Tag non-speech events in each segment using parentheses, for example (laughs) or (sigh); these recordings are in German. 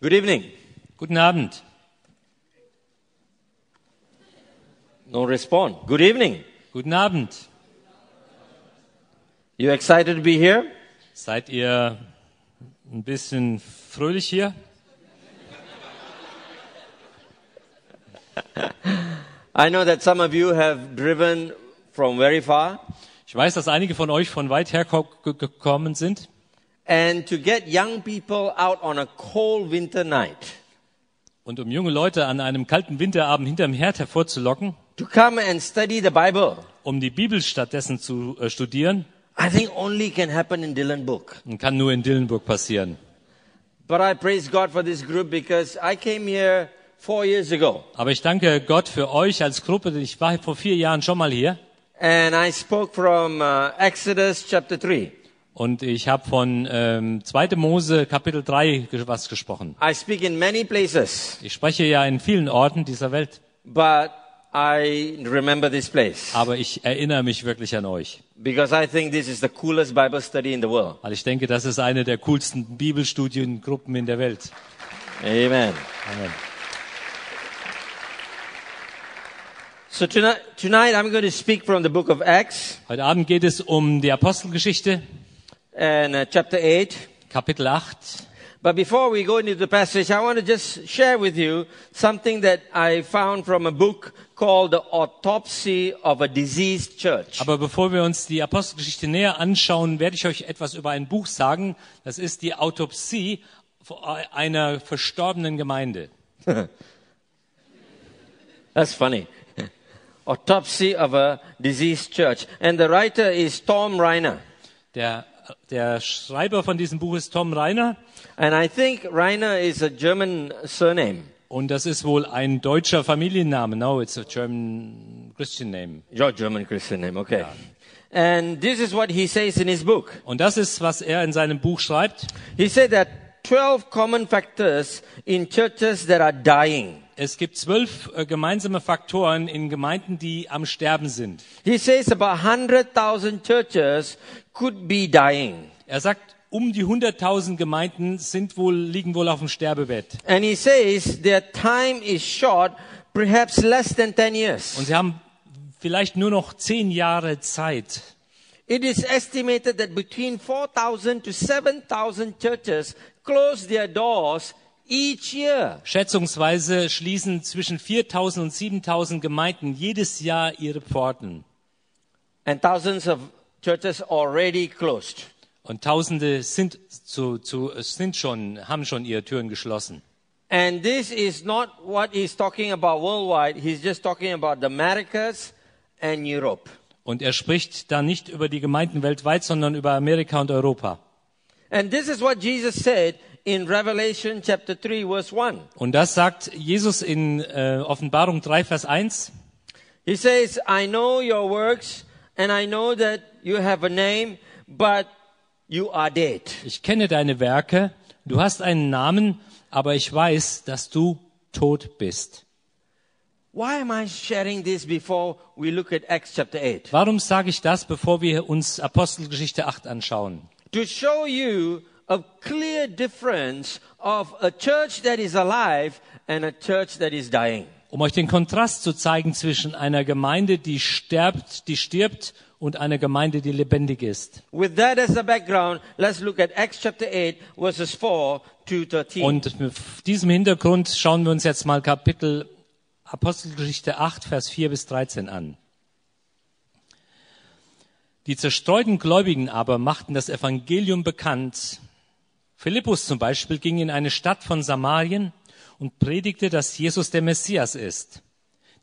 Good evening. Guten Abend. No response. Good evening. Guten Abend. You excited to be here? Seid ihr ein bisschen fröhlich hier? I know that some of you have driven from very far, Ich weiß, dass einige von euch von weit her ko- ge- gekommen sind. and to get young people out on a cold winter night Und um junge Leute an einem kalten Winterabend hinterm Herd hervorzulocken, to come and study the Bible, um die Bibel stattdessen zu äh, studieren, I think only can happen in Dylan Book. kann nur in Dillenburg passieren. But I praise God for this group because I came here four years ago Aber ich danke Gott für euch als Gruppe. Ich war vor vier Jahren schon mal hier and I spoke from uh, Exodus chapter 3. und ich habe von ähm, 2. Mose Kapitel 3 ges- was gesprochen. I speak in many places, Ich spreche ja in vielen Orten dieser Welt, but I remember this place aber ich erinnere mich wirklich an euch, because I think this is the coolest Bible study in the world. weil ich denke, das ist eine der coolsten Bibelstudiengruppen in der Welt. Amen. So tonight, tonight I'm going to speak from the book of Acts Heute Abend geht es um die Apostelgeschichte, and uh, chapter 8. Kapitel 8. But before we go into the passage, I want to just share with you something that I found from a book called The Autopsy of a Diseased Church. Aber bevor wir uns die Apostelgeschichte näher anschauen, werde ich euch etwas über ein Buch sagen. Das ist die Autopsie einer verstorbenen Gemeinde. That's funny. (laughs) Autopsy of a Diseased Church. And the writer is Tom Reiner. Der, der Schreiber von diesem Buch ist Tom Reiner And I think Reiner is a German surname. und das ist wohl ein deutscher Familienname. No, it's a German Christian name. Your German Christian name, okay. And this is what he says in his book. Und das ist, was er in seinem Buch schreibt. He said that 12 common factors in churches that are dying. Es gibt zwölf äh, gemeinsame Faktoren in Gemeinden, die am Sterben sind. He says about 100,000 churches could be dying. Er sagt, um die 100.000 Gemeinden sind wohl, liegen wohl auf dem Sterbebett. And he says their time is short, perhaps less than 10 Und years. sie haben vielleicht nur noch zehn Jahre Zeit. It is estimated that between 4,000 to 7,000 churches close their doors each year. Schätzungsweise schließen zwischen 4.000 und 7.000 Gemeinden jedes Jahr ihre Pforten. And thousands of churches already closed. Und Tausende sind, zu, zu, äh, sind schon, haben schon ihre Türen geschlossen. And this is not what he's talking about worldwide. He's just talking about the Americas and Europe. Und er spricht da nicht über die Gemeinden weltweit, sondern über Amerika und Europa. And this is what Jesus said in Revelation chapter 3 verse 1. Und das sagt Jesus in äh, Offenbarung 3, Vers 1. He says, I know your works and I know that you have a name, but you are dead. Ich kenne deine Werke, du hast einen Namen, aber ich weiß, dass du tot bist. Why am I sharing this before we look at Acts chapter 8? Warum sage ich das, bevor wir uns Apostelgeschichte 8 anschauen? To show you a clear difference of a church that is alive and a church that is dying. Um euch den Kontrast zu zeigen zwischen einer Gemeinde, die stirbt, die stirbt und einer Gemeinde, die lebendig ist. With that as the background, let's look at Acts chapter 8, verses 4 to 13. Und mit diesem Hintergrund schauen wir uns jetzt mal Kapitel Apostelgeschichte 8, Vers 4 bis 13 an. Die zerstreuten Gläubigen aber machten das Evangelium bekannt. Philippus zum Beispiel ging in eine Stadt von Samarien und predigte, dass Jesus der Messias ist.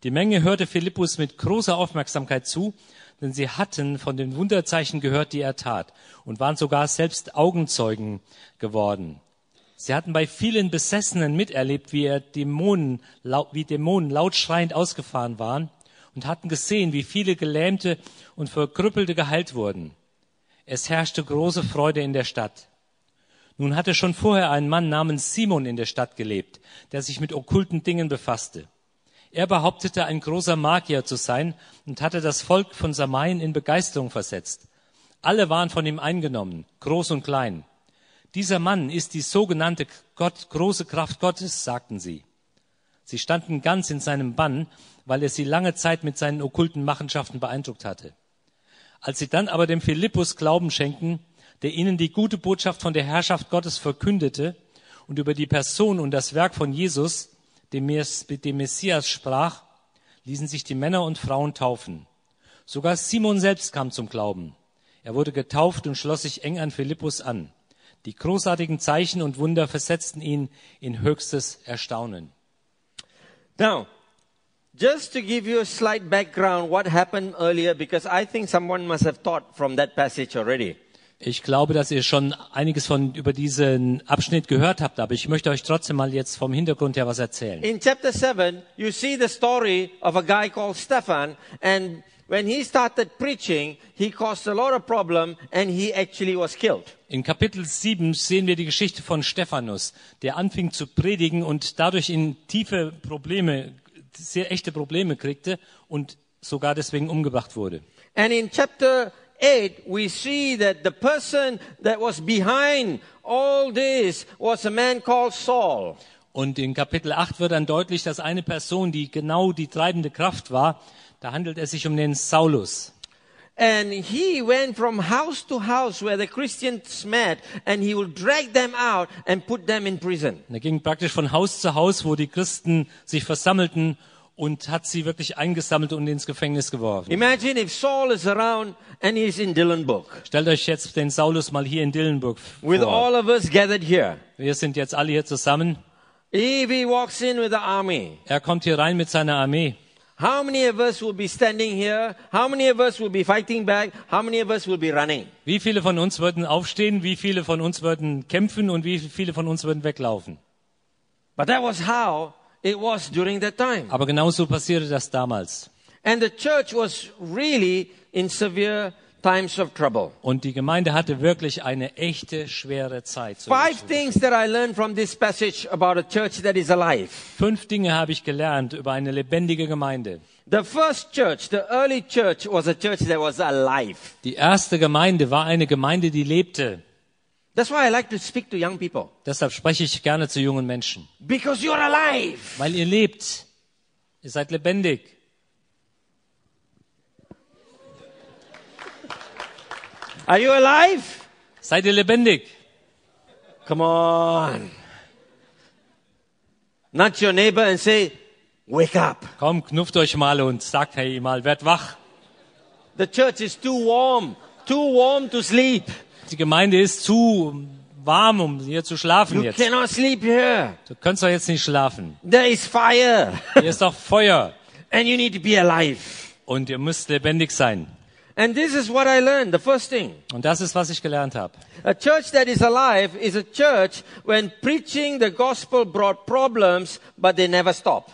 Die Menge hörte Philippus mit großer Aufmerksamkeit zu, denn sie hatten von den Wunderzeichen gehört, die er tat, und waren sogar selbst Augenzeugen geworden. Sie hatten bei vielen Besessenen miterlebt, wie, er Dämonen, lau- wie Dämonen laut schreiend ausgefahren waren und hatten gesehen, wie viele Gelähmte und Verkrüppelte geheilt wurden. Es herrschte große Freude in der Stadt. Nun hatte schon vorher ein Mann namens Simon in der Stadt gelebt, der sich mit okkulten Dingen befasste. Er behauptete, ein großer Magier zu sein und hatte das Volk von Samaien in Begeisterung versetzt. Alle waren von ihm eingenommen, groß und klein. Dieser Mann ist die sogenannte Gott, große Kraft Gottes, sagten sie. Sie standen ganz in seinem Bann, weil er sie lange Zeit mit seinen okkulten Machenschaften beeindruckt hatte. Als sie dann aber dem Philippus Glauben schenken, der ihnen die gute Botschaft von der Herrschaft Gottes verkündete und über die Person und das Werk von Jesus, dem, Mess dem Messias sprach, ließen sich die Männer und Frauen taufen. Sogar Simon selbst kam zum Glauben. Er wurde getauft und schloss sich eng an Philippus an. Die großartigen Zeichen und Wunder versetzten ihn in höchstes Erstaunen. Now, just to give you a slight background, what happened earlier, because I think someone must have taught from that passage already. Ich glaube, dass ihr schon einiges von über diesen Abschnitt gehört habt, aber ich möchte euch trotzdem mal jetzt vom Hintergrund her was erzählen. In chapter 7, you see the story of a guy called Stefan, and when he started preaching, he caused a lot of problem, and he actually was killed. In Kapitel 7 sehen wir die Geschichte von Stephanus, der anfing zu predigen und dadurch in tiefe Probleme, sehr echte Probleme kriegte und sogar deswegen umgebracht wurde. And in chapter 8, we see that the person that was behind all this was a man called Saul. Und in Kapitel 8 wird dann deutlich, dass eine Person, die genau die treibende Kraft war, da handelt es sich um den Saulus. And he went from house to house where the Christians met, and he would drag them out and put them in prison. Und Er ging praktisch von Haus zu Haus, wo die Christen sich versammelten und hat sie wirklich eingesammelt und ins Gefängnis geworfen. Imagine if Saul is around and he's in Dillenburg Stellt euch jetzt den Saulus mal hier in Dillenburg with vor. all of us gathered here. Wir sind jetzt alle hier zusammen. If he walks in with the army, Er kommt hier rein mit seiner Armee. how many of us will be standing here? How many of us will be fighting back? How many of us will be running? Wie viele von uns würden aufstehen? Wie viele von uns würden kämpfen? Und wie viele von uns würden weglaufen? But that was how it was during that time. Aber genauso passierte das damals. And the church was really in severe times of trouble. Und die Gemeinde hatte wirklich eine echte schwere Zeit. So Five things that I learned from this passage about a church that is alive. Fünf Dinge habe ich gelernt über eine lebendige Gemeinde. The first church, the early church, was a church that was alive. Die erste Gemeinde war eine Gemeinde, die lebte. That's why I like to speak to young people. Deshalb spreche ich gerne zu jungen Menschen. Because you're alive. Weil ihr lebt. Ihr seid lebendig. Are you alive? Seid ihr lebendig? Come on. Nudge your neighbor and say, wake up. Komm, knufft euch mal und sagt, hey, mal, werd wach. The church is too warm, too warm to sleep. Die Gemeinde ist zu warm, um hier zu schlafen You jetzt. cannot sleep here. Du kannst doch jetzt nicht schlafen. There is fire Hier ist doch Feuer. and you need to be alive. Und ihr müsst lebendig sein. And this is what I learned, the first thing. Und das ist, was ich gelernt habe. A church that is alive is a church when preaching the gospel brought problems, but they never stop.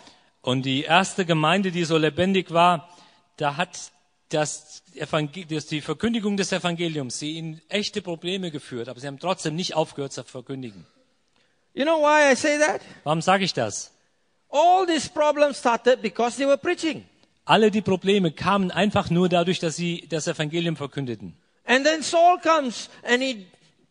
Und die erste Gemeinde, die so lebendig war, da hat das Evangel das, die Verkündigung des Evangeliums sie in echte Probleme geführt, aber sie haben trotzdem nicht aufgehört zu verkündigen. You know why I say that? Warum sage ich das? All these problems started because they were preaching. Alle die Probleme kamen einfach nur dadurch, dass sie das Evangelium verkündeten. And then Saul comes and he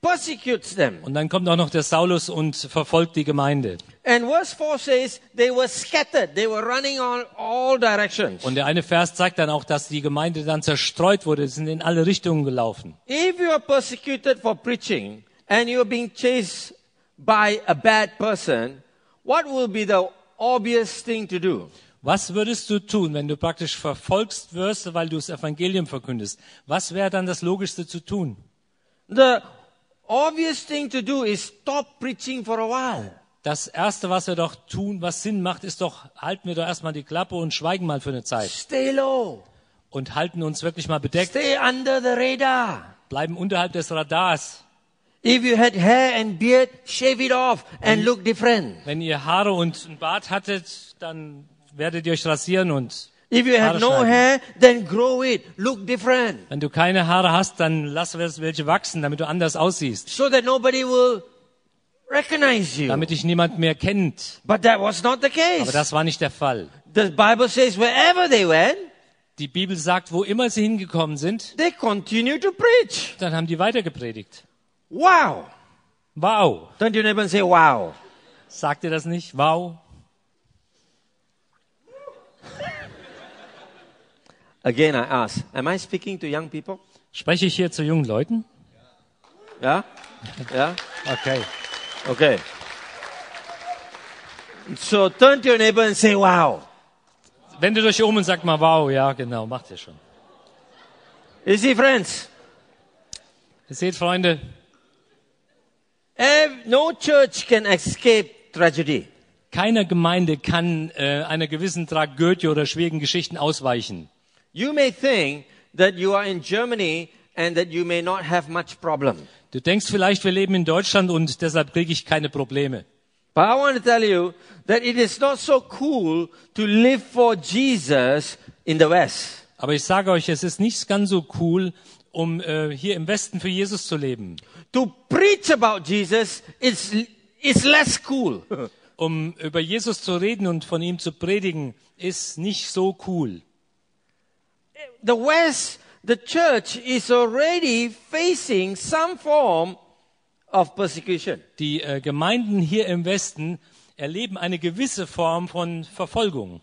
persecutes them. Und dann kommt auch noch der Saulus und verfolgt die Gemeinde. And verse 4 says they were scattered. They were running on all directions. Und der eine Vers zeigt dann auch, dass die Gemeinde dann zerstreut wurde, sie sind in alle Richtungen gelaufen. If you are persecuted for preaching and you're being chased by a bad person, what will be the obvious thing to do? Was würdest du tun, wenn du praktisch verfolgst wirst, weil du das Evangelium verkündest? Was wäre dann das Logischste zu tun? The obvious thing to do is stop preaching for a while. Das erste, was wir doch tun, was Sinn macht, ist doch, halten wir doch erstmal die Klappe und schweigen mal für eine Zeit Stay low. und halten uns wirklich mal bedeckt, Stay under the radar. bleiben unterhalb des Radars. If you had hair and beard, shave it off and look different. Wenn ihr Haare und einen Bart hattet, dann werdet ihr euch rasieren und If you have Haare no schneiden. hair, then grow it. Look different. wenn du keine Haare hast, dann lass es welche wachsen, damit du anders aussiehst, So that nobody will recognize you. damit dich niemand mehr kennt. But that was not the case. Aber das war nicht der Fall. The Bible says wherever they went, Die Bibel sagt, wo immer sie hingekommen sind, they continued to preach. dann haben die weitergepredigt. Wow. Wow. Turn to your neighbor and say, Wow. Sagt ihr das nicht? Wow. Again, I ask, Am I speaking to young people? Spreche ich hier zu jungen Leuten? Yeah? (laughs) Yeah? Okay. Okay. So turn to your neighbor and say, Wow. Wendet euch um und sagt mal wow. Ja, genau. Macht ihr schon. You see, friends, Ihr seht, Freunde, ev- no church can escape tragedy. keiner Gemeinde kann äh, einer gewissen Tragödie oder schwierigen Geschichten ausweichen. You may think that you are in Germany and that you may not have much problem. Du denkst vielleicht, wir leben in Deutschland und deshalb kriege ich keine Probleme. But I want to tell you that it is not so cool to live for Jesus in the West. Aber ich sage euch, es ist nicht ganz so cool, um äh, hier im Westen für Jesus zu leben. To preach about Jesus is, is less cool. Um über Jesus zu reden und von ihm zu predigen, ist nicht so cool. the West, the church is already facing some form of persecution. Die äh, Gemeinden hier im Westen erleben eine gewisse Form von Verfolgung.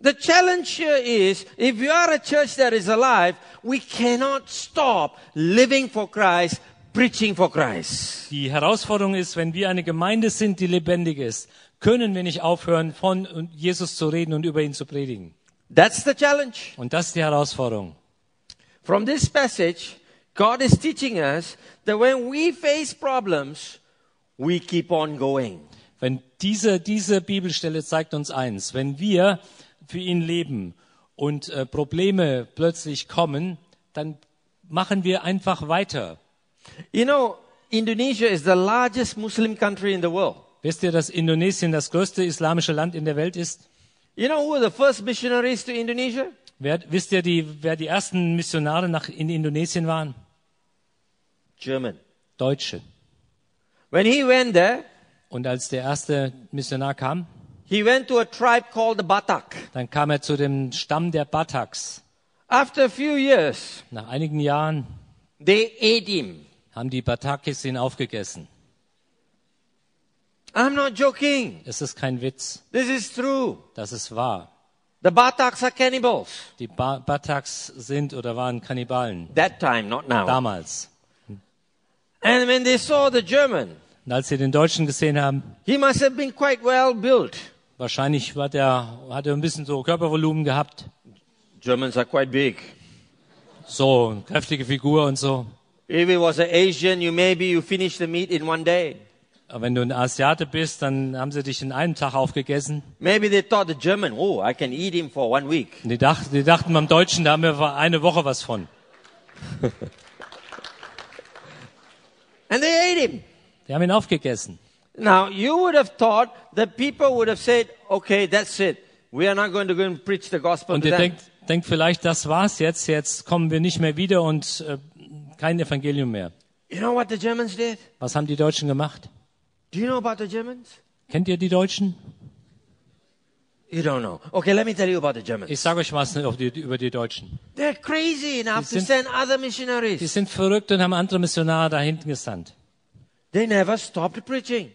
The challenge here is if you are a church that is alive, we cannot stop living for Christ, preaching for Christ. Die Herausforderung ist, wenn wir eine Gemeinde sind, die lebendig ist, können wir nicht aufhören, von Jesus zu reden und über ihn zu predigen. That's the challenge. Und das ist die Herausforderung. From this passage, God is teaching us that when we face problems, we keep on going. Wenn diese, diese Bibelstelle zeigt uns eins, wenn wir für ihn leben und äh, Probleme plötzlich kommen, dann machen wir einfach weiter. You know, Indonesia is the largest Muslim country in the world. Wisst ihr, dass Indonesien das größte islamische Land in der Welt ist? You know who were the first missionaries to Indonesia? Wer, wisst ihr, die, wer die ersten Missionare nach, in Indonesien waren? German. Deutsche. When he went there, Und als der erste Missionar kam, he went to a tribe called the Batak. dann kam er zu dem Stamm der Bataks. After a few years, Nach einigen Jahren they ate him. haben die Batakis ihn aufgegessen. I'm not joking. Es ist kein Witz, This is true. das ist wahr. The Bataks are cannibals. Die ba Bataks sind oder waren Kannibalen That time, not now. damals. And when they saw the German, Und als sie den Deutschen gesehen haben, he must have been quite well built. wahrscheinlich war der, hat er ein bisschen so Körpervolumen gehabt, Germans are quite big. so kräftige Figur und so. If it was an Asian, you maybe you finish the meat in one day. Aber wenn du ein Asiate bist, dann haben sie dich in einem Tag aufgegessen. Maybe they thought the German, oh, I can eat him for one week. Und die, dacht, die dachten beim Deutschen, da haben wir eine Woche was von. And they ate him. Die haben ihn aufgegessen. Now, you would have thought that people would have said, okay, that's it. We are not going to go and preach the gospel Und to ihr them. denkt, denkt vielleicht, das war's jetzt, jetzt kommen wir nicht mehr wieder und äh, kein Evangelium mehr. you know what the Germans did? Was haben die Deutschen gemacht? Do you know about the Germans? Kennt ihr die Deutschen? You don't know. Okay, let me tell you about the Germans. Ich sage euch was auf die, über die Deutschen. They're crazy enough to sind- send other Die missionaries. sind verrückt und haben andere Missionare da hinten gesandt. They never stopped preaching.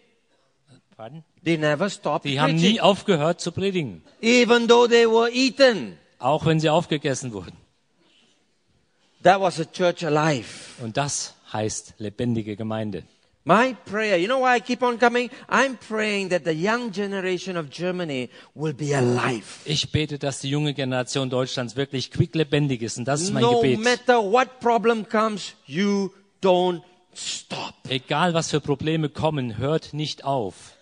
They never stopped Die haben preaching. nie aufgehört zu predigen, Even though they were eaten. auch wenn sie aufgegessen wurden. That was a church alive. Und das heißt lebendige Gemeinde. My prayer, you know why I keep on coming? I'm praying that the young generation of Germany will be alive. Ich bete, dass die junge Generation Deutschlands wirklich quicklebendig ist. Und das ist mein no Gebet. matter what problem comes, you don't stop Egal, was für Probleme kommen, hört nicht auf,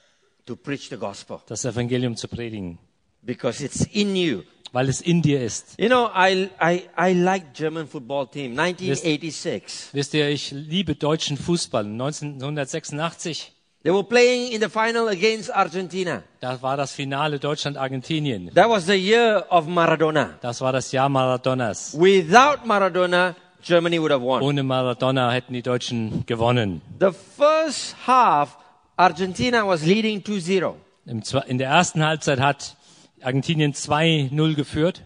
to preach the gospel das Evangelium zu predigen, because it's in you. weil es in dir ist. You know, I, I, I like German football team, 1986. Wisst ihr, ich liebe deutschen Fußball. 1986, They were playing in the final against Argentina. da war das Finale Deutschland-Argentinien. That was the year of Maradona. Das war das Jahr Maradonas. Without Maradona, Germany would have won. Ohne Maradona hätten die Deutschen gewonnen. The first half, Argentina was leading 2-0. Im Zwe- In der ersten Halbzeit hat Argentinien 2-0 geführt.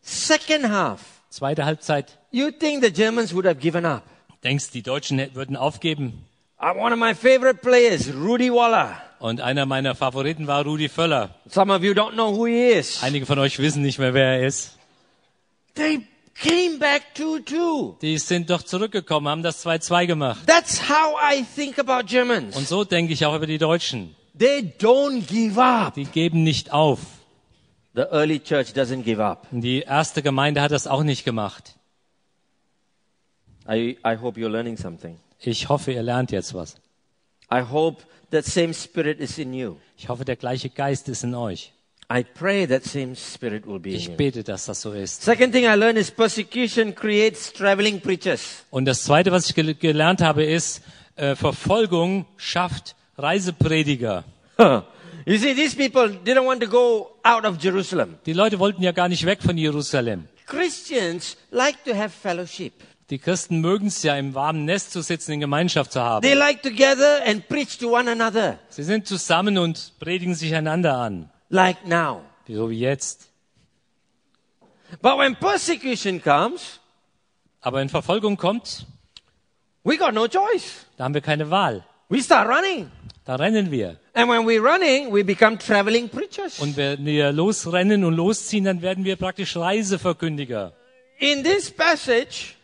Second half, Zweite Halbzeit you think the Germans would have given up. denkst die Deutschen hä- würden aufgeben. Uh, one of my favorite players, Rudy Waller. Und einer meiner Favoriten war Rudi Völler. Some of you don't know who he is. Einige von euch wissen nicht mehr, wer er ist. They came back 2 2. Die sind doch zurückgekommen, haben das 2-2 gemacht. That's how I think about Germans. Und so denke ich auch über die Deutschen. They don't give up. Die geben nicht auf. The early church doesn't give up. Und die erste Gemeinde hat das auch nicht gemacht. I, I hope you're learning something. Ich hoffe, ihr lernt jetzt was. I hope that same spirit is in you. Ich hoffe, der gleiche Geist ist in euch. I pray that same spirit will be Ich in you. bete, dass das so ist. Second thing I learned is persecution creates traveling preachers. Und das Zweite, was ich gel gelernt habe, ist, äh, Verfolgung schafft Reiseprediger. (laughs) you see, these people didn't want to go out of Jerusalem. Die Leute wollten ja gar nicht weg von Jerusalem. Christians like to have fellowship. Die Christen mögen es ja, im warmen Nest zu sitzen, in Gemeinschaft zu haben. They like to gather and preach to one another, Sie sind zusammen und predigen sich einander an, like now. so wie jetzt. But when persecution comes, Aber wenn Verfolgung kommt, we got no choice. da haben wir keine Wahl. We start running. Da rennen wir. And when we're running, we become traveling preachers. Und wenn wir losrennen und losziehen, dann werden wir praktisch Reiseverkündiger. In this passage,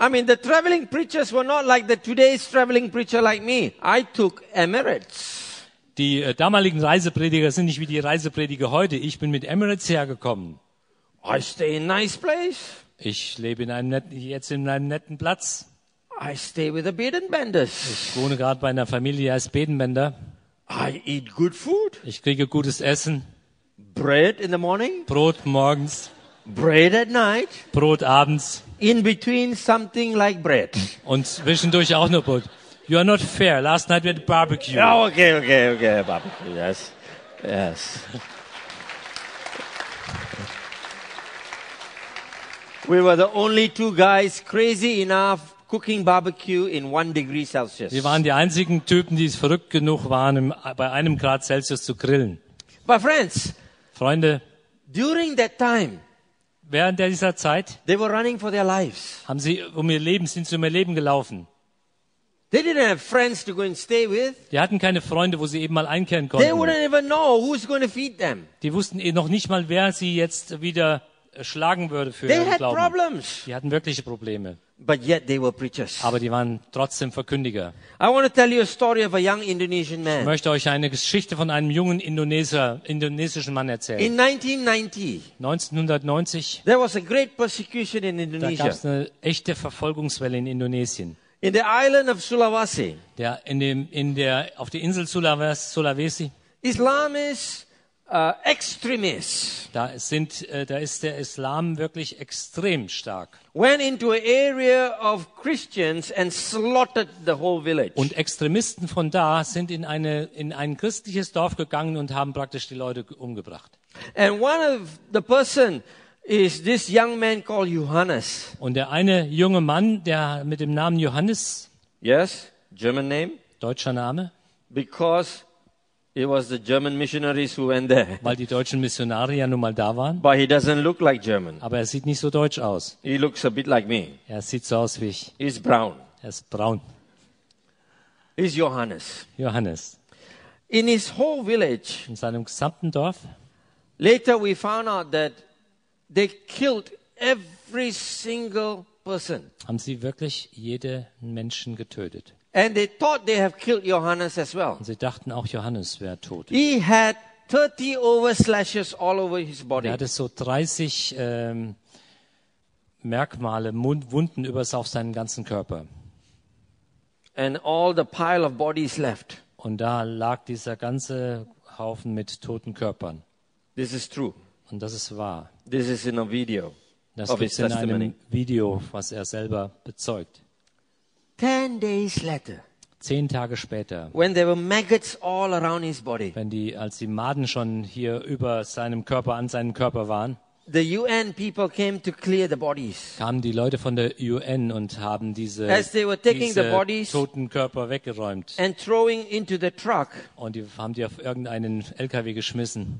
I mean, the traveling preachers were not like the today's traveling preacher like me. I took Emirates. Die äh, damaligen Reiseprediger sind nicht wie die Reiseprediger heute. Ich bin mit Emirates hergekommen. I stay in nice place. Ich lebe in einem netten, jetzt in einem netten Platz. I stay with the beaten benders. Ich wohne gerade bei einer Familie, die heißt Bedenbender. I eat good food. Ich kriege gutes Essen, Bread in the morning, Brot morgens, bread at night, Brot abends in between something like bread. und zwischendurch auch noch Brot. You are not fair. Last night we had barbecue. (laughs) Oh, okay, okay, okay, barbecue. Yes, yes. we were the only two guys crazy enough cooking barbecue in one degree Celsius. Wir waren die einzigen Typen, die es verrückt genug waren, im, bei einem Grad Celsius zu grillen. But friends, Freunde, during that time, während dieser Zeit they were running for their lives. haben sie um ihr Leben, sind sie um ihr Leben gelaufen. They didn't have friends to go and stay with. Die hatten keine Freunde, wo sie eben mal einkehren They konnten. wouldn't even know who's going to feed them. Die wussten eh noch nicht mal, wer sie jetzt wieder äh, schlagen würde für They ihren had Glauben. problems, Die hatten wirkliche Probleme, but yet they were preachers. aber die waren trotzdem Verkündiger. I want to tell you a story of a young Indonesian Ich man. möchte euch eine Geschichte von einem jungen Indonesier, indonesischen Mann erzählen. In 1990, 1990, There was a great persecution in da gab Indonesia. es eine echte Verfolgungswelle in Indonesien. In the island of Sulawesi, Der, in dem, in der, auf der Insel Sulawesi, Sulawesi Islamists, uh, extremists, da, sind, äh, da ist der Islam wirklich extrem stark. went into an area of Christians and slaughtered the whole village. Und Extremisten von da sind in, eine, in ein christliches Dorf gegangen und haben praktisch die Leute ge- umgebracht. And one of the person is this young man called Johannes. Und der eine junge Mann, der mit dem Namen Johannes, Yes, German name, deutscher Name, because it was the German missionaries who went there. weil die deutschen Missionare ja nun mal da waren, But he doesn't look like German. aber er sieht nicht so deutsch aus. He looks a bit like me. Er sieht so aus wie ich. He's brown. Er ist braun. He's Johannes. Johannes. In his whole village, In seinem gesamten Dorf. Later, we found out that they killed every single person. haben sie wirklich jeden Menschen getötet. And they thought they have killed Johannes as well. Und sie dachten auch, Johannes wäre tot. He had 30 over slashes all over his Er body. hatte so 30 ähm, Merkmale, Mund, Wunden übers auf seinen ganzen Körper. And all the pile of bodies left. Und da lag dieser ganze Haufen mit toten Körpern. This is true. Und das ist wahr. This is in a video Das of gibt his es in einem testimony. Video, was er selber bezeugt. Ten days later, Zehn Tage später, when there were maggots all around his body, wenn die, als die Maden schon hier über seinem Körper, an seinem Körper waren, the UN people came to clear the bodies. kamen die Leute von der UN und haben diese, As they were taking the diese bodies- toten Körper weggeräumt. And throwing into the truck, Und die haben die auf irgendeinen LKW geschmissen.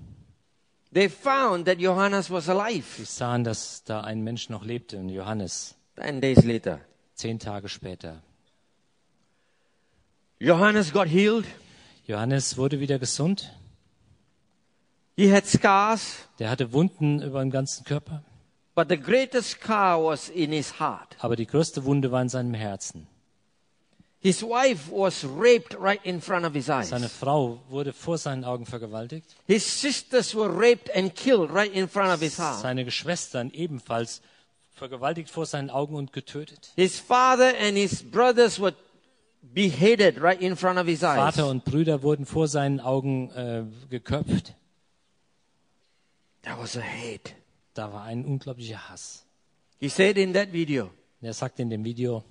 they found that Johannes was alive. Die sahen, dass da ein Mensch noch lebte, ein Johannes, Ten days later. zehn Tage später. Johannes got healed. Johannes wurde wieder gesund. He had scars, Der hatte Wunden über den ganzen Körper, but the greatest scar was in his heart. aber die größte Wunde war in seinem Herzen. His wife was raped right in front of his eyes. Seine Frau wurde vor seinen Augen vergewaltigt. His sisters were raped and killed right in front of his heart. Seine Geschwistern ebenfalls vergewaltigt vor seinen Augen und getötet. His father and his brothers were beheaded right in front of his eyes. Vater und Brüder wurden vor seinen Augen äh, geköpft. That was a hate. Da war ein unglaublicher Hass. He said in that video, Und Er sagt in dem Video,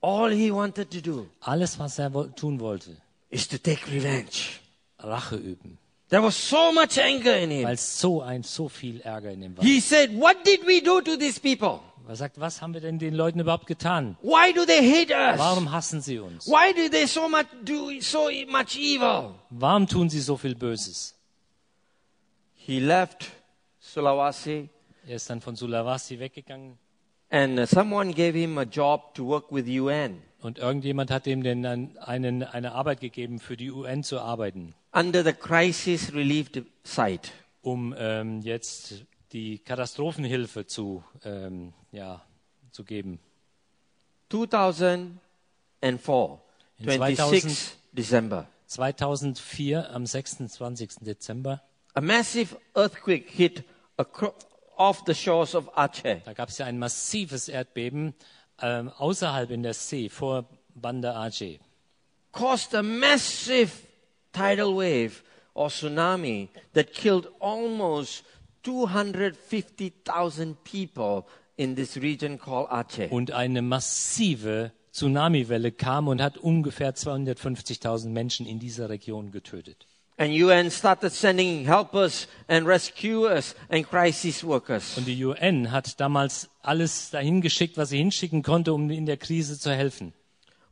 all he wanted to do alles, was er wo- tun wollte, is to take revenge. Rache üben. There was so much anger in him. Weil es so ein, so viel Ärger in ihm war. He said, What did we do to these people? Er sagt, was haben wir denn den Leuten überhaupt getan? Why do they hate us? Warum hassen sie uns? Why do they so much do so much evil? Warum tun sie so viel Böses? He left Sulawesi Er ist dann von Sulawesi weggegangen and uh, someone gave him a job to work with UN und irgendjemand hat ihm dann einen, einen, eine Arbeit gegeben, für die UN zu arbeiten, under the crisis relief de- site. um ähm, jetzt die Katastrophenhilfe zu, ähm, ja, zu geben. 2004, In 26 2000 December. 2004, am 26. Dezember, A massive earthquake hit acro- off the shores of Aceh. da gab es ja ein massives Erdbeben ähm, außerhalb in der See vor Banda Aceh. caused a massive tidal wave or tsunami that killed almost 250,000 people in this region called Aceh. Und eine massive Tsunamiwelle kam und hat ungefähr 250.000 Menschen in dieser Region getötet. And UN started sending helpers and rescuers and crisis workers. Und die UN hat damals alles dahin geschickt, was sie hinschicken konnte, um in der Krise zu helfen.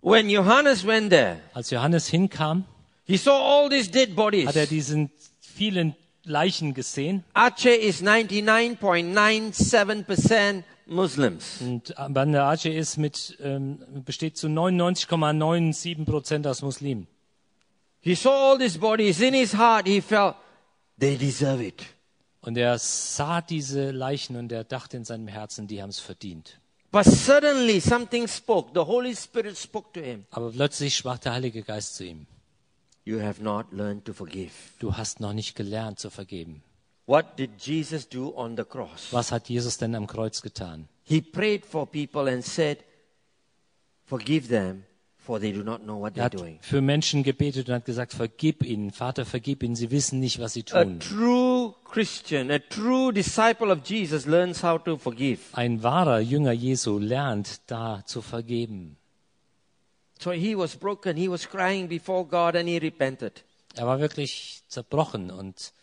When Johannes went there, Als Johannes hinkam, he saw all these dead hat er bodies. diesen vielen Leichen gesehen. Aceh is 99.97% Muslims. Und Banda Aceh ist mit, ähm, besteht zu 99,97 Prozent aus Muslimen. He saw all these bodies. In his heart, he felt they deserve it. Und er sah diese Leichen und er dachte in seinem Herzen, die haben es verdient. But suddenly something spoke. The Holy Spirit spoke to him. Aber plötzlich sprach der Heilige Geist zu ihm. You have not learned to forgive. Du hast noch nicht gelernt zu vergeben. What did Jesus do on the cross? Was hat Jesus denn am Kreuz getan? He prayed for people and said, Forgive them, for they do not know what Er they're hat doing. für Menschen gebetet und hat gesagt, vergib ihnen, Vater, vergib ihnen, sie wissen nicht, was sie A tun. true Christian, a true disciple of Jesus learns how to forgive. Ein wahrer Jünger Jesu lernt da zu vergeben. So he was broken. He was crying before God and he repented. Er war wirklich zerbrochen und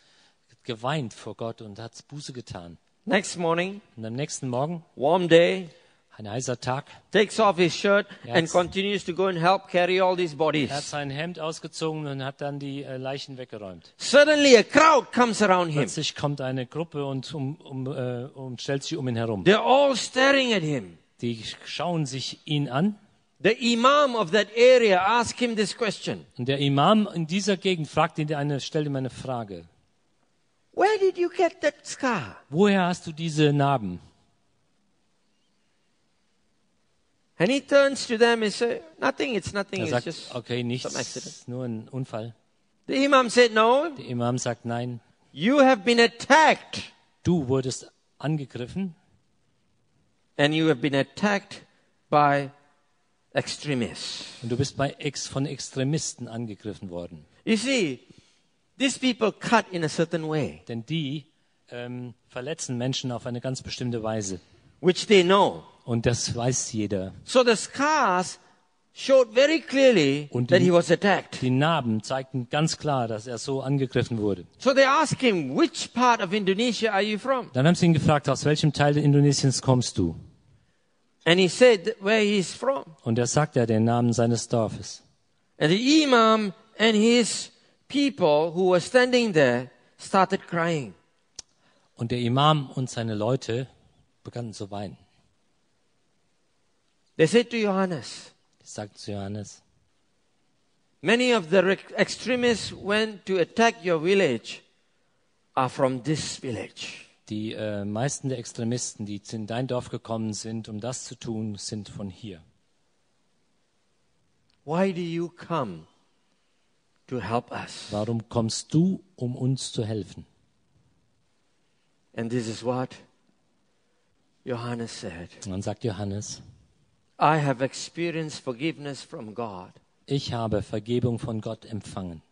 hat geweint vor Gott und hat Buße getan. Next morning, Und am nächsten Morgen, warm day, ein heißer Tag, takes off his shirt and Yes. continues to go and help carry all these er hat bodies. sein Hemd ausgezogen und hat dann die äh, Leichen weggeräumt. Suddenly a crowd comes around him. Plötzlich kommt eine Gruppe und, um, um, äh, und stellt sich um ihn herum. They're all staring at him. Die schauen sich ihn an The imam of that area asked him this question Und der Imam in dieser Gegend fragt ihn eine, stellt ihm eine Frage. Where did you get that scar? Woher hast du diese Narben? And he turns to them and says, Nothing, it's nothing, Er it's sagt, just. okay, some accident. nichts, nur ein Unfall. The imam said, No, Der Imam sagt, nein, you have been attacked. du wurdest angegriffen And you have been attacked by extremists. und du bist bei Ex von Extremisten angegriffen worden. You see, these people cut in a certain way, Denn die ähm, verletzen Menschen auf eine ganz bestimmte Weise. which they know. Und das weiß jeder. So the scars showed very clearly Und that die- he was attacked. Die Narben zeigten ganz klar, dass er so angegriffen wurde. So they asked him, Which part of Indonesia are you from? Dann haben sie ihn gefragt, aus welchem Teil Indonesiens kommst du? And he said that where he's from. Und er sagt ja den Namen seines Dorfes. And the Imam and his people who were standing there started crying. Und der Imam und seine Leute begannen zu weinen. They said to Johannes, Ich sagte zu Johannes, Many of the rec- extremists went to attack your village are from this village. Die äh, meisten der Extremisten, die in dein Dorf gekommen sind, um das zu tun, sind von hier. Why do you come to help us? Warum kommst du, um uns zu helfen? And this is what Johannes said. Und dann sagt Johannes, I have experienced forgiveness from God, ich habe Vergebung von Gott empfangen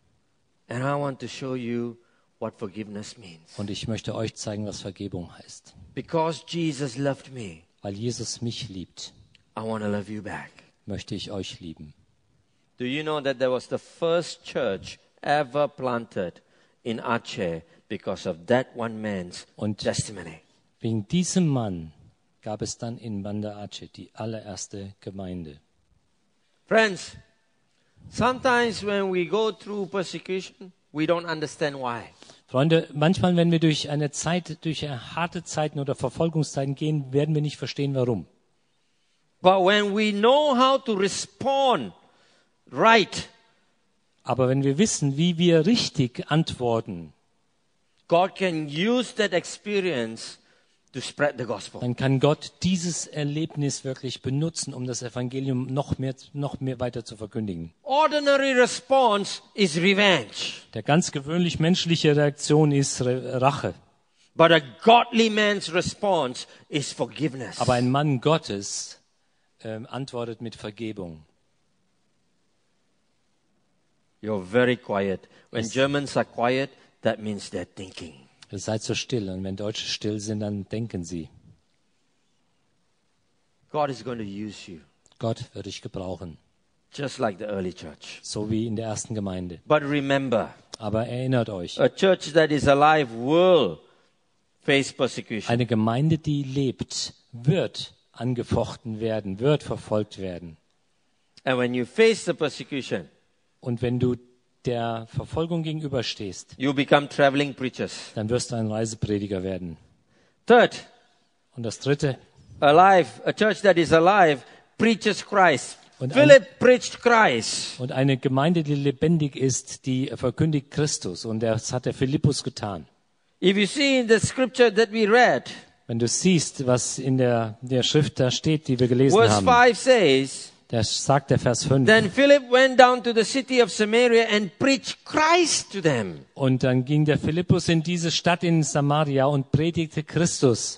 and I want to show you what forgiveness means. und ich möchte euch zeigen, was Vergebung heißt. Because Jesus loved me, Weil Jesus mich liebt, I want to love you back. möchte ich euch lieben. Do you know that there was the first church ever planted in Aceh because of that one man's Und- testimony? Wegen diesem Mann gab es dann in Banda Aceh die allererste Gemeinde. Friends, sometimes when we go through persecution, we don't understand why. Freunde, manchmal, wenn wir durch eine Zeit, durch harte Zeiten oder Verfolgungszeiten gehen, werden wir nicht verstehen, warum. But when we know how to respond right, Aber wenn wir wissen, wie wir richtig antworten, God can use that experience to spread the gospel. dann kann Gott dieses Erlebnis wirklich benutzen, um das Evangelium noch mehr, noch mehr weiter zu verkündigen. Ordinary response is revenge, Der ganz gewöhnlich menschliche Reaktion ist Re- Rache. but a godly man's response is forgiveness. Aber ein Mann Gottes ähm, antwortet mit Vergebung. You're very quiet. When Yes. Germans are quiet, that means they're thinking. Ihr seid so still und wenn Deutsche still sind, dann denken sie. God is going to use you, Gott wird dich gebrauchen, just like the early church. so wie in der ersten Gemeinde. But remember, Aber erinnert euch, a church that is alive will face persecution. Eine Gemeinde, die lebt, wird angefochten werden, wird verfolgt werden. And when you face the persecution, Und wenn du der Verfolgung gegenüberstehst, you become traveling preachers. dann wirst du ein Reiseprediger werden. Third, Und das Dritte, alive, a church that is alive preaches Christ. Und ein- Philip preached Christ. und eine Gemeinde, die lebendig ist, die verkündigt Christus. Und das hat der Philippus getan. If you see in the scripture that we read, Wenn du siehst, was in der, der Schrift da steht, die wir gelesen verse haben, 5 says, das sagt der Vers 5. Then Philip went down to the city of Samaria and preached Christ to them. und dann ging der Philippus in diese Stadt in Samaria und predigte Christus.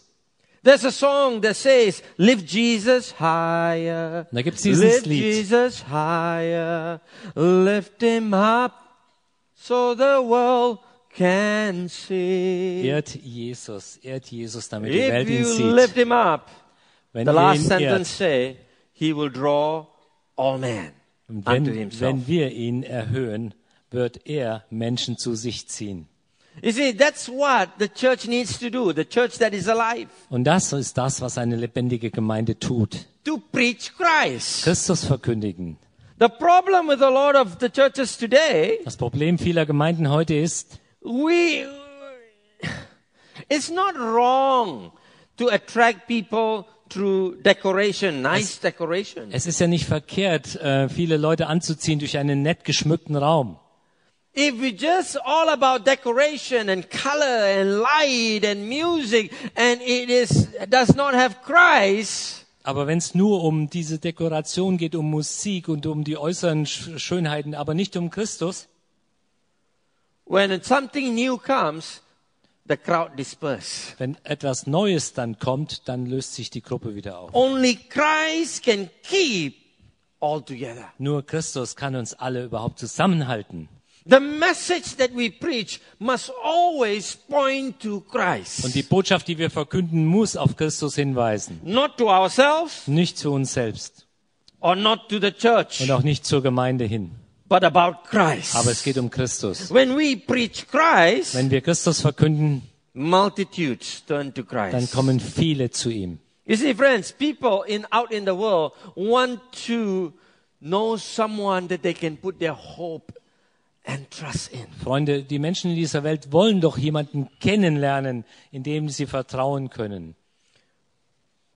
There's a song that says, Lift Jesus higher. Da gibt's dieses Lift Lied. Jesus higher. Lift him up so the world can see. Ehrt Jesus, ehrt Jesus, damit die If Welt ihn you lift sieht. him up, Wenn the wir last ihn sentence say, ehrt, He will draw all men und unto wenn, himself. wenn wir ihn erhöhen, wird er Menschen zu sich ziehen. You see, that's what the church needs to do. The church that is alive. Und das ist das, was eine lebendige Gemeinde tut. To preach Christ. Christus verkündigen. The problem with a lot of the churches today, Das Problem vieler Gemeinden heute ist, we it's not wrong to attract people through decoration, nice decoration. es ist ja nicht verkehrt, äh, viele Leute anzuziehen durch einen nett geschmückten Raum. If we just all about decoration and color and light and music and it is does not have Christ, Aber wenn es nur um diese Dekoration geht, um Musik und um die äußeren Sch- Schönheiten, aber nicht um Christus, when something new comes, the crowd disperse. Wenn etwas Neues dann kommt, dann löst sich die Gruppe wieder auf. Only Christ can keep all together. Nur Christus kann uns alle überhaupt zusammenhalten. The message that we preach must always point to Und Christ, die Botschaft, die wir verkünden, muss auf Christus hinweisen. not to ourselves Nicht zu uns selbst or not to the church, und auch nicht zur Gemeinde hin. but about Aber es Christ. geht um Christus. When we preach Christ, Wenn wir Christus verkünden, multitudes turn to dann Christ. kommen viele zu ihm. You see, friends, people in out in the world want to know someone that they can put their hope and trust in. Freunde, die Menschen in dieser Welt wollen doch jemanden kennenlernen, in dem sie vertrauen können.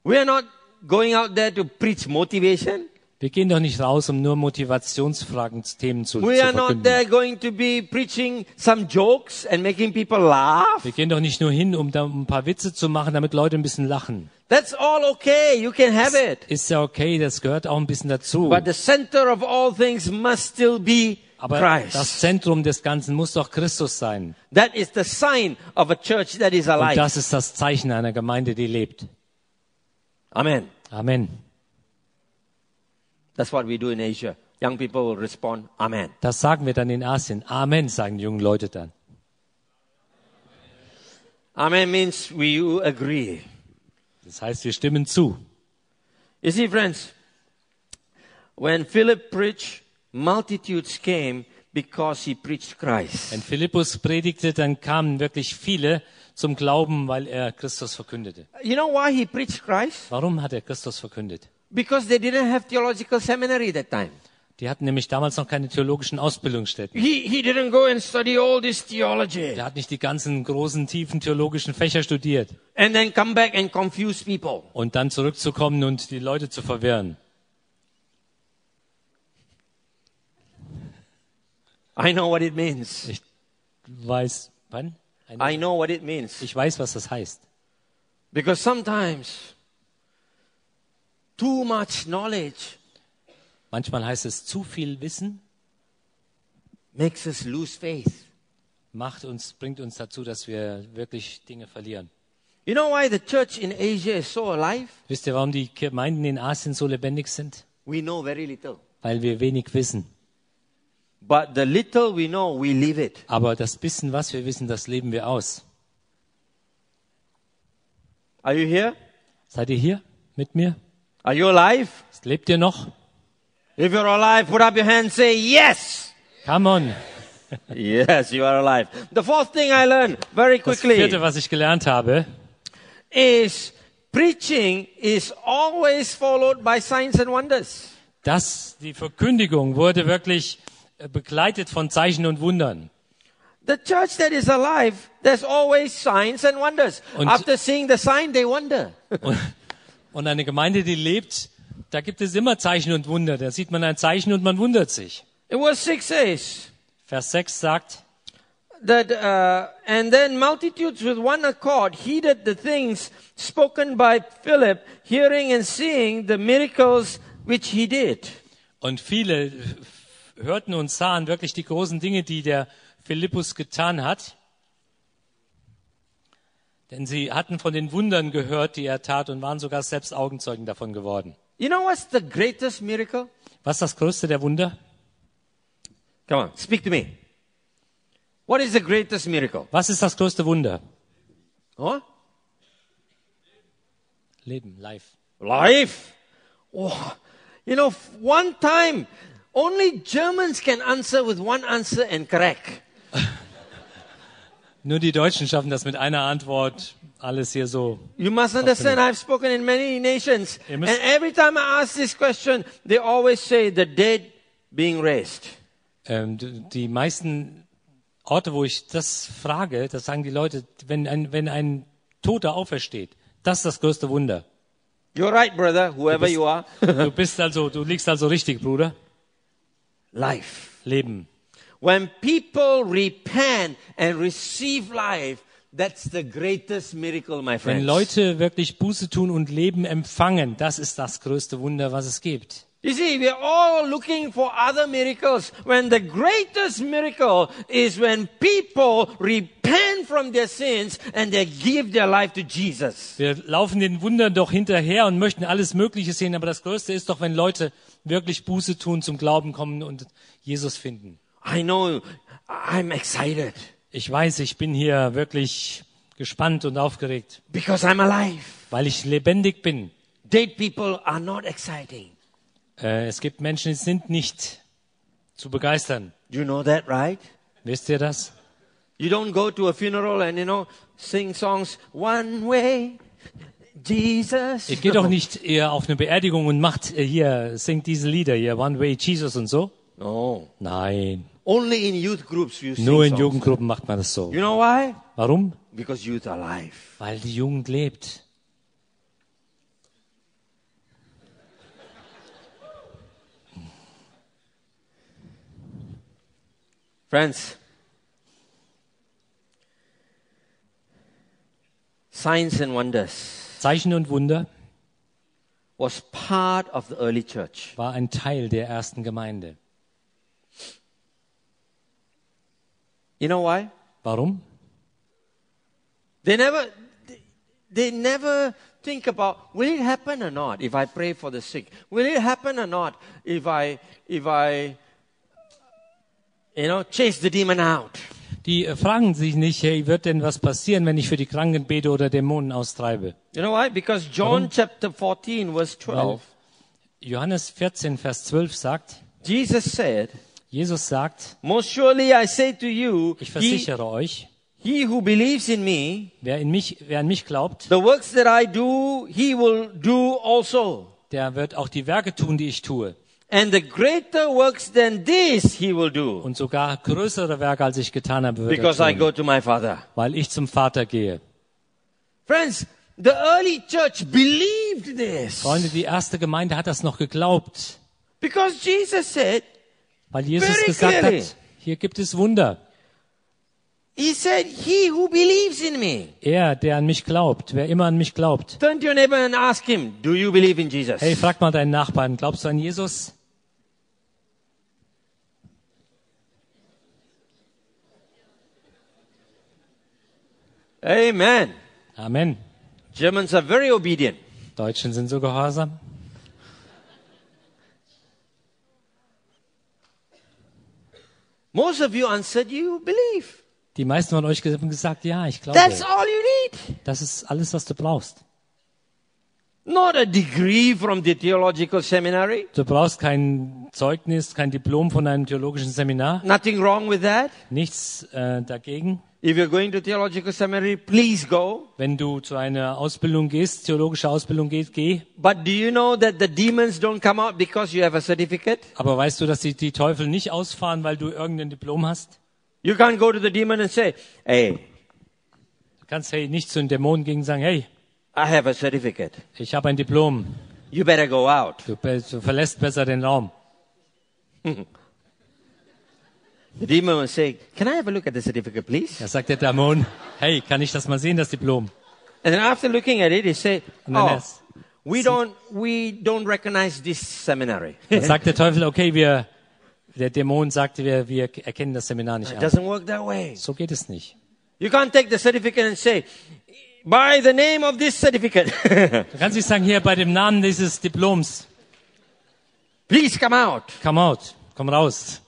We are not going out there to preach motivation. Wir gehen doch nicht raus, um nur Motivationsfragen, Themen zu, zu We are not verkünden. there going to be preaching some jokes and making people laugh. Wir gehen doch nicht nur hin, um da ein paar Witze zu machen, damit Leute ein bisschen lachen. That's all okay. You can have it. Ist ja okay, das gehört auch ein bisschen dazu. But the center of all things must still be Aber das Christ. Zentrum des Ganzen muss doch Christus sein. That is the sign of a church that is Und alive. das ist das Zeichen einer Gemeinde, die lebt. Amen. Amen. That's what we do in Asia. Young people will respond, Amen. Das sagen wir dann in Asien. Amen, sagen die jungen Leute dann. Amen means we you agree. Das heißt, wir stimmen zu. You see, friends, when Philip preached, multitudes came because he preached Christ. Wenn Philippus predigte, dann kamen wirklich viele zum Glauben, weil er Christus verkündete. You know why he preached Christ? Warum hat er Christus verkündet? Because they didn't have theological seminary that time. Die hatten nämlich damals noch keine theologischen Ausbildungsstätten. He, he didn't go and study all this theology Der hat nicht die ganzen großen, tiefen theologischen Fächer studiert. and then come back and confuse people. Und dann zurückzukommen und die Leute zu verwirren. I know what it means. Ich weiß, wann? Ein- I know what it means. Ich weiß, was das heißt. Because sometimes too much knowledge Manchmal heißt es, zu viel Wissen makes us lose faith. macht uns, bringt uns dazu, dass wir wirklich Dinge verlieren. You know why the church in Asia is so alive? Wisst ihr, warum die Gemeinden in Asien so lebendig sind? We know very little. Weil wir wenig wissen. But the little we know, we live it. Aber das bisschen, was wir wissen, das leben wir aus. Are you here? Seid ihr hier mit mir? Are you alive? Lebt ihr noch? If you're alive, put up your hand, say (laughs) yes. Come on. yes, you are alive. The fourth thing I learned very Das quickly vierte, was ich gelernt habe, is preaching is always followed by signs and wonders. dass die Verkündigung wurde wirklich äh, begleitet von Zeichen und Wundern. The church that is alive, there's always signs and wonders. Und- After seeing the sign, they wonder. Und, und eine Gemeinde, die lebt, da gibt es immer Zeichen und Wunder. Da sieht man ein Zeichen und man wundert sich. In verse 6 says Vers 6 sagt, that, uh, and then multitudes with one accord heeded the things spoken by Philip, hearing and seeing the miracles which he did. Und viele äh, hörten und sahen wirklich die großen Dinge, die der Philippus getan hat. Denn sie hatten von den Wundern gehört, die er tat und waren sogar selbst Augenzeugen davon geworden. You know what's the greatest miracle? Was ist das größte der Wunder? Come on, speak to me. What is the greatest miracle? Was ist das größte Wunder? Huh? Leben, live. Life. Wow. You know, f- one time, only Germans can answer with one answer and correct. Nur die Deutschen schaffen das mit einer Antwort, alles hier so. You must understand, I've spoken in many nations. Ihr And müsst- every time I ask this question, they always say the dead being raised. Ähm, d- die meisten Orte, wo ich das frage, das sagen die Leute, wenn ein, wenn ein Toter aufersteht, das ist das größte Wunder. You're right, brother, whoever you (laughs) are. Du bist also, du liegst also richtig, Bruder. life. Leben. When people repent and receive life, that's the greatest miracle, my Wenn friends. Leute wirklich Buße tun und Leben empfangen, das ist das größte Wunder, was es gibt. You see, we're all looking for other miracles when the greatest miracle is when people repent from their sins and they give their life to Jesus. Wir laufen den Wundern doch hinterher und möchten alles Mögliche sehen, aber das Größte ist doch, wenn Leute wirklich Buße tun, zum Glauben kommen und Jesus finden. I know, I'm excited Ich weiß, ich bin hier wirklich gespannt und aufgeregt, because I'm alive. weil ich lebendig bin. Dead people are not exciting. Äh, es gibt Menschen, die sind nicht zu begeistern. You know that, right? Wisst ihr das? You don't go to a funeral and, you know, sing songs one way, Jesus. Ihr (laughs) geht doch nicht eher auf eine Beerdigung und macht äh, hier, singt diese Lieder hier, One Way Jesus und so. No. Nein, Only in youth groups you sing nur in songs. Jugendgruppen macht man das so. You know why? Warum? Because youth are alive. Weil die Jugend lebt. Friends, signs and wonders Zeichen und Wunder was part of the early church. war ein Teil der ersten Gemeinde. You know why? Warum? They never, they, they never think about will it happen or not if I pray for the sick. Will it happen or not if I, if I, you know, chase the demon out? Die äh, fragen sich nicht, hey, wird denn was passieren, wenn ich für die Kranken bete oder Dämonen austreibe? You know why? Because John chapter 14, verse 12, Johannes 14, Vers 12 sagt, Jesus said, Jesus sagt, Most surely I say to you, ich he, versichere euch, he who believes in me, wer, in mich, wer an mich glaubt, the works that I do, he will do also. der wird auch die Werke tun, die ich tue. And the greater works than this he will do, Und sogar größere Werke, als ich getan habe, wird because er I tun, go to my Father. weil ich zum Vater gehe. Friends, the early church believed this. Freunde, die erste Gemeinde hat das noch geglaubt, Because Jesus said, weil Jesus Very gesagt clearly. hat, hier gibt es Wunder. He said, He who believes in me. Er, der an mich glaubt, wer immer an mich glaubt. Turn to your neighbor and ask him, Do you believe in Jesus? Hey, frag mal deinen Nachbarn, glaubst du an Jesus? Amen. Amen. Germans are very obedient. Deutschen sind so gehorsam. Most of you answered, You believe. Die meisten von euch haben gesagt, ja, ich glaube. That's all you need. Das ist alles, was du brauchst. Not a degree from the theological seminary. Du brauchst kein Zeugnis, kein Diplom von einem theologischen Seminar. Nothing wrong with that. Nichts äh, dagegen. If you're going to theological seminary, please go. Wenn du zu einer Ausbildung gehst, theologische Ausbildung gehst, geh. But do you know that the demons don't come out because you have a certificate? Aber weißt du, dass die, die Teufel nicht ausfahren, weil du irgendein Diplom hast? You can't go to the demon and say, Hey, Du kannst hey nicht zu den Dämonen gehen und sagen, hey, I have a certificate. ich habe ein Diplom. You better go out. Du, be- du verlässt besser den Raum. The demon will say, Can I have a look at the certificate, please? Da sagt der Dämon, hey, kann ich das mal sehen, das Diplom? And then after looking at it, he say, And then Oh, that's- we don't, we don't recognize this seminary. Dann sagt der Teufel, okay, wir, der Dämon sagt, wir, wir erkennen das Seminar nicht It an. doesn't work that way. So geht es nicht. You can't take the certificate and say, By the name of this certificate, (laughs) Du kannst nicht sagen, hier bei dem Namen dieses Diploms, please come out. come out, komm raus.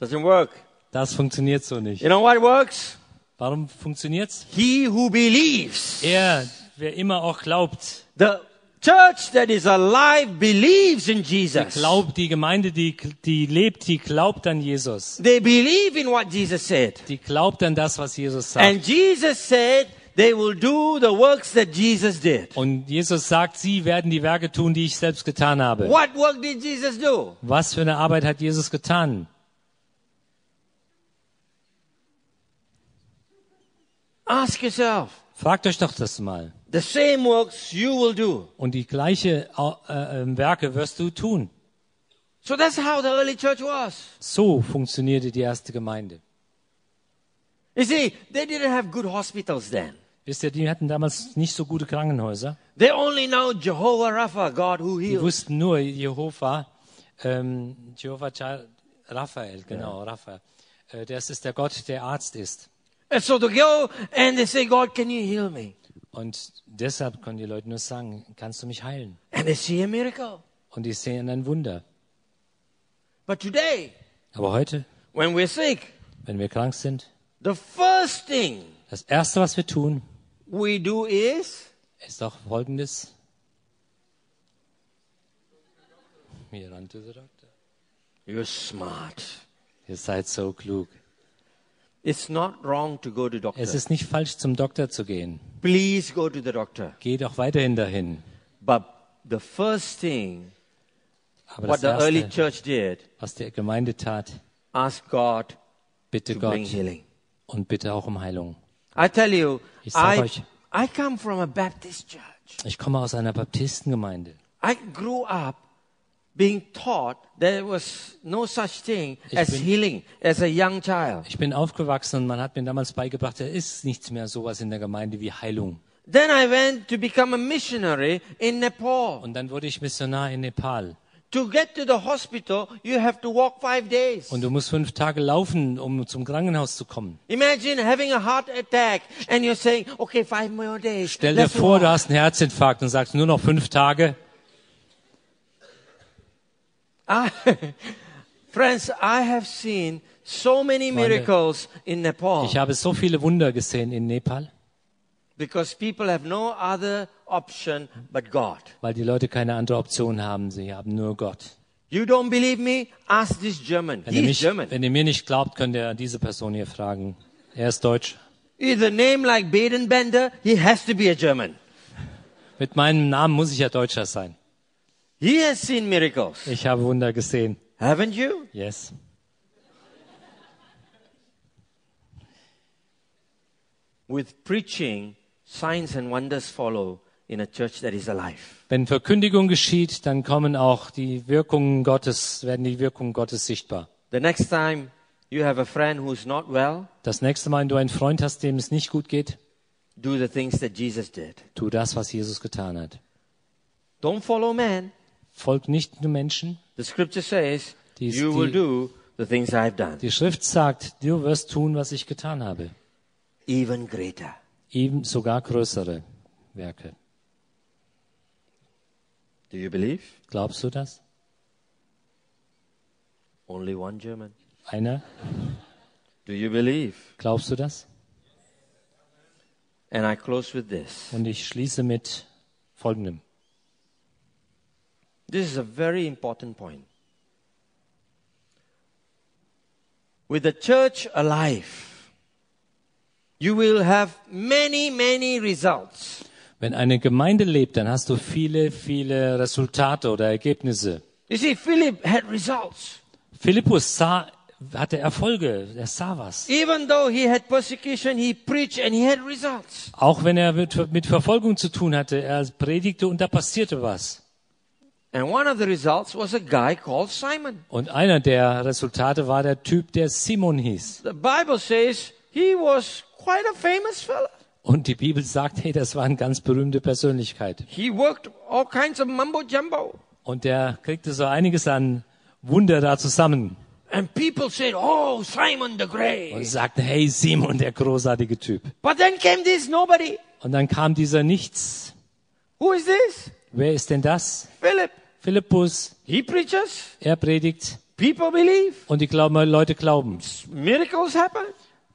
Doesn't work. Das funktioniert so nicht. You know what works? Warum funktioniert's? He who believes. Er, wer immer auch glaubt, The church that is alive believes in Jesus. glaubt, die Gemeinde, die, die lebt, die glaubt an Jesus. They believe in what Jesus said. Die glaubt an das, was Jesus sagt. And Jesus said they will do the works that Jesus did. Und Jesus sagt, sie werden die Werke tun, die ich selbst getan habe. What work did Jesus do? Was für eine Arbeit hat Jesus getan? Ask yourself. Fragt euch doch das mal. The same works you will do. Und die gleiche äh, äh, Werke wirst du tun. So that's how the early church was. So funktionierte die erste Gemeinde. You see, they didn't have good hospitals then. Wisst ihr, die hatten damals nicht so gute Krankenhäuser. They only know Jehovah Rapha, God who Die heals. wussten nur Jehova, ähm, Jehova Cha- Raphael, genau, Raphael. Äh, das ist der Gott, der Arzt ist. And so they go and they say, God, can you heal me? Und deshalb können die Leute nur sagen, kannst du mich heilen? And they see a miracle. Und die sehen ein Wunder. But today, Aber heute, when we're sick, wenn wir krank sind, the first thing das Erste, was wir tun, we do is ist doch folgendes. Mir ran to the doctor. you're smart. Ihr seid so klug. It's not wrong to go to doctor. Es ist nicht falsch, zum Doktor zu gehen. Please go to the doctor. Geht auch weiterhin dahin. But the first thing Aber what das the early Erste, church did, was der Gemeinde tat, ask God bitte to bring Gott healing. und bitte auch um Heilung. I tell you, Ich sag I, euch. I come from a Baptist church. Ich komme aus einer Baptistengemeinde. I grew up being taught there was no such thing Ich as bin- healing as a young child. Ich bin aufgewachsen und man hat mir damals beigebracht, da ist nichts mehr sowas in der Gemeinde wie Heilung. Then I went to become a missionary in Nepal. Und dann wurde ich Missionar in Nepal. To get to the hospital, you have to walk five days. Und du musst fünf Tage laufen, um zum Krankenhaus zu kommen. Imagine having a heart attack and you're saying, okay, five more days. Stell dir let's vor, walk." du hast einen Herzinfarkt und sagst nur noch fünf Tage. I- (laughs) Friends, I have seen so many miracles in Nepal Ich habe so viele Wunder gesehen in Nepal, because people have no other option but God. weil die Leute keine andere Option haben. Sie haben nur Gott. You don't believe me? Ask this German. Wenn ihr, He's mich, German. wenn ihr mir nicht glaubt, könnt ihr diese Person hier fragen. Er ist Deutsch. With a name like Baden Bender, he has to be a German. Mit meinem Namen muss ich ja Deutscher sein. He has seen miracles. Ich habe Wunder gesehen. Haven't you? Yes. With preaching, signs and wonders follow in a church that is alive. Wenn Verkündigung geschieht, dann kommen auch die Wirkungen Gottes, werden die Wirkungen Gottes sichtbar. The next time you have a friend who's not well, Das nächste Mal, wenn du einen Freund hast, dem es nicht gut geht, do the things that Jesus did. tu das, was Jesus getan hat. Don't follow man. Folg nicht nur Menschen. The scripture says, Dies- You will die- do the things I've done, Die Schrift sagt, du wirst tun, was ich getan habe. even greater. Eben sogar größere Werke. Do you believe? Glaubst du das? Only one German. Einer? Do you believe? Glaubst du das? And I close with this. Und ich schließe mit Folgendem. This is a very important point. With the church alive, you will have many, many results. Wenn eine Gemeinde lebt, dann hast du viele, viele Resultate oder Ergebnisse. You see, Philip had results. Philippus sah, hatte Erfolge, er sah was. Even though he had persecution, he preached and he had results. Auch wenn er mit, mit Verfolgung zu tun hatte, er predigte und da passierte was. And one of the results was a guy called Simon. Und einer der Resultate war der Typ, der Simon hieß. The Bible says he was quite a famous fella. Und die Bibel sagt, hey, das war eine ganz berühmte Persönlichkeit. He worked all kinds of mumbo jumbo. Und der kriegte so einiges an Wunder da zusammen. And people said, Oh, Simon the Und Great. sagten, hey, Simon, der großartige Typ. But then came this nobody. Und dann kam dieser Nichts. Who is this? Wer ist denn das? Philip. Philippus. He preaches. Er predigt People believe. und die glauben, Leute glauben. Miracles happen.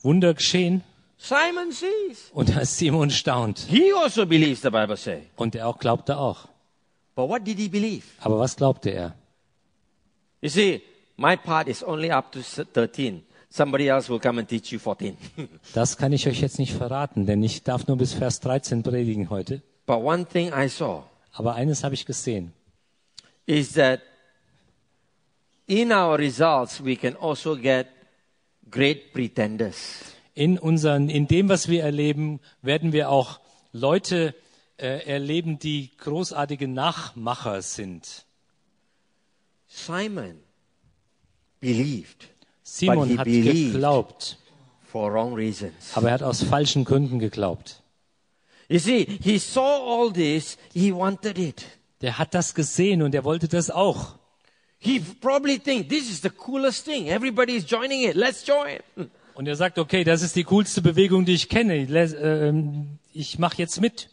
Wunder geschehen Simon sees. und (laughs) da ist Simon staunt. He also believes, the Bible says. Und er auch glaubte auch. But what did he believe? Aber was glaubte er? You see, my part is only up to s- 13. Somebody else will come and teach you 14. Das kann ich euch jetzt nicht verraten, denn ich darf nur bis Vers 13 predigen heute. (laughs) but one thing I saw Aber eines habe ich gesehen. is that in our results, we can also get great pretenders. In, unseren, in dem, was wir erleben, werden wir auch Leute äh, erleben, die großartige Nachmacher sind. Simon believed But he Simon hat believed. geglaubt, for wrong reasons. aber er hat aus falschen Gründen geglaubt. You see, he saw all this, he wanted it. Der hat das gesehen und er wollte das auch. He probably think this is the coolest thing. Everybody is joining it. Let's join. Hmm. Und er sagt, okay, das ist die coolste Bewegung, die ich kenne. Ich, les- ähm, ich mache jetzt mit.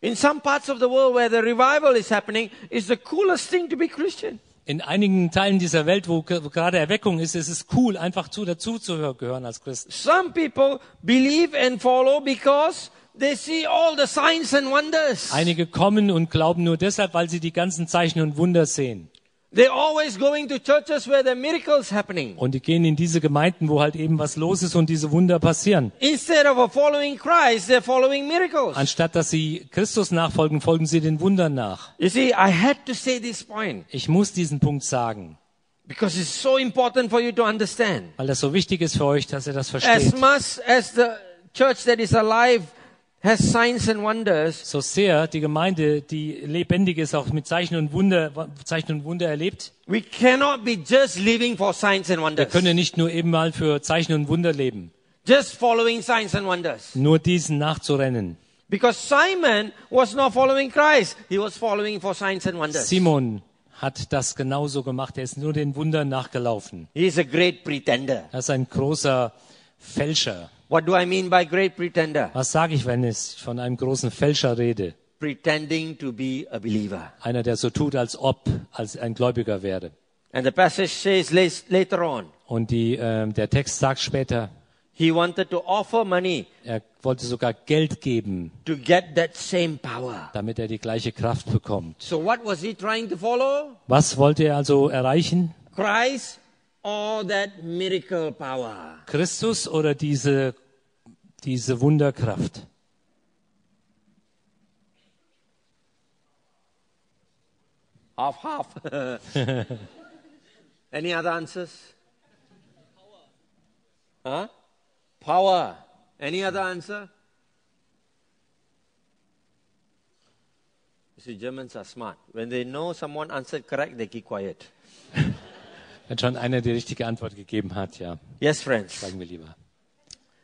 In some parts of the world where the revival is happening, it's the coolest thing to be Christian. In einigen Teilen dieser Welt, wo ge- wo gerade Erweckung ist, ist es cool, einfach zu, dazu zu hö- gehören als Christ. Some people believe and follow because they see all the signs and wonders. Einige kommen und glauben nur deshalb, weil sie die ganzen Zeichen und Wunder sehen. They're always going to churches where there are miracles happening. Und die gehen in diese Gemeinden, wo halt eben was los ist und diese Wunder passieren. Instead of following Christ, they're following miracles. Anstatt dass sie Christus nachfolgen, folgen sie den Wundern nach. You see, I had to say this point Ich muss diesen Punkt sagen, because it's so important for you to understand. weil das so wichtig ist für euch, dass ihr das As versteht. much as the church that is alive has signs and wonders, So sehr die Gemeinde, die lebendig ist, auch mit Zeichen und Wunder, Zeichen und Wunder erlebt, we cannot be just living for signs and wir wonders. können nicht nur eben mal für Zeichen und Wunder leben, Just following signs and wonders. nur diesen nachzurennen. Because Simon was not following Christ, he was following for signs and wonders. Simon hat das genauso gemacht. Er ist nur den Wundern nachgelaufen. He is a great pretender. Er ist ein großer Fälscher. What do I mean by great pretender? Was sage ich, wenn ich von einem großen Fälscher rede? Pretending to be a believer. Einer, der so tut, als ob, als ein Gläubiger wäre. And the passage says las- later on, Und die, ähm, der Text sagt später, he wanted to offer money er wollte sogar Geld geben, to get that same power. damit er die gleiche Kraft bekommt. So what was he trying to follow? Was wollte er also erreichen? Christ or that miracle power? Christus oder diese, diese Wunderkraft? Half half. (laughs) Any other answers? Huh? Power. Any other answer? You see, Germans are smart. When they know someone answered correct, they keep quiet. Wenn schon einer die richtige Antwort gegeben hat, ja, Yes, friends. sagen wir lieber.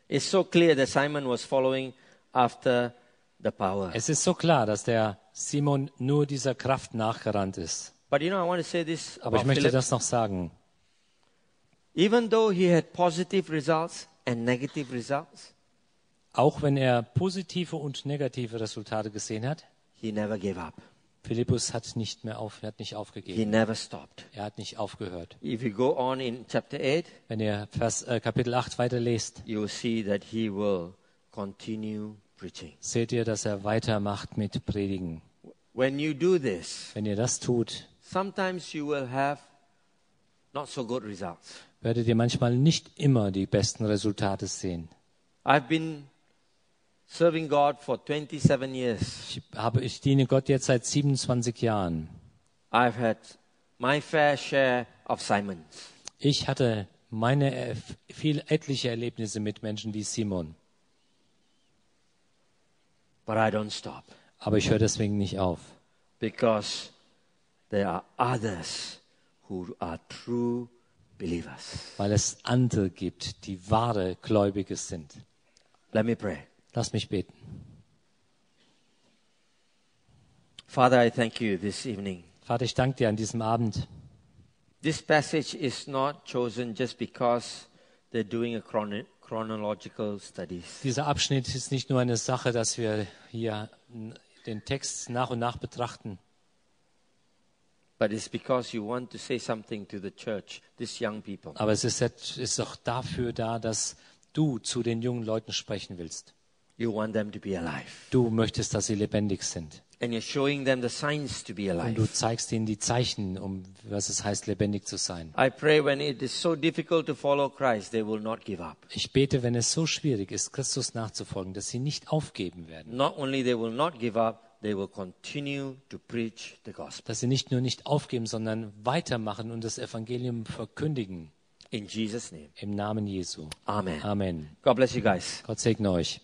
It's so clear that Simon was following after the power. Es ist so klar, dass der Simon nur dieser Kraft nachgerannt ist. But you know, I want to say this Aber about ich möchte Philip. das noch sagen. Even though he had positive results and negative results, Auch wenn er positive und negative Resultate gesehen hat, he never gave up. Philippus hat nicht mehr auf, er hat nicht aufgegeben. He never stopped. Er hat nicht aufgehört. If you go on in chapter 8, Wenn ihr Vers, äh, Kapitel 8 weiterlest, you will see that he will continue preaching. seht ihr, dass er weitermacht mit Predigen. When you do this, Wenn ihr das tut, sometimes you will have not so good results. werdet ihr manchmal nicht immer die besten Resultate sehen. I've been serving God for 27 years. Ich, habe, ich diene Gott jetzt seit 27 Jahren. I've had my fair share of Simons. Ich hatte meine äh, viel etliche Erlebnisse mit Menschen wie Simon, But I don't stop aber ich höre deswegen nicht auf, because there are others who are true believers. weil es andere gibt, die wahre Gläubige sind. Let me pray. Lass mich beten. Father, I thank you this evening. Vater, ich danke dir an diesem Abend. This passage is not chosen just because they're doing a chrono- chronological studies. Dieser Abschnitt ist nicht nur eine Sache, dass wir hier den Text nach und nach betrachten, but it's because you want to say something to the church, these young people. aber es ist, et- ist auch dafür da, dass du zu den jungen Leuten sprechen willst. You want them to be alive. Du möchtest, dass sie lebendig sind. And you're showing them the signs to be Und du alive. zeigst ihnen die Zeichen, um was es heißt, lebendig zu sein. I pray when it is so difficult to follow Christ, they will not give up. Ich bete, wenn es so schwierig ist, Christus nachzufolgen, dass sie nicht aufgeben werden. Not only they will not give up, they will continue to preach the gospel. Dass sie nicht nur nicht aufgeben, sondern weitermachen und das Evangelium verkündigen. In Jesus' name. Im Namen Jesu. Amen. Amen. God bless you guys. Gott segne euch.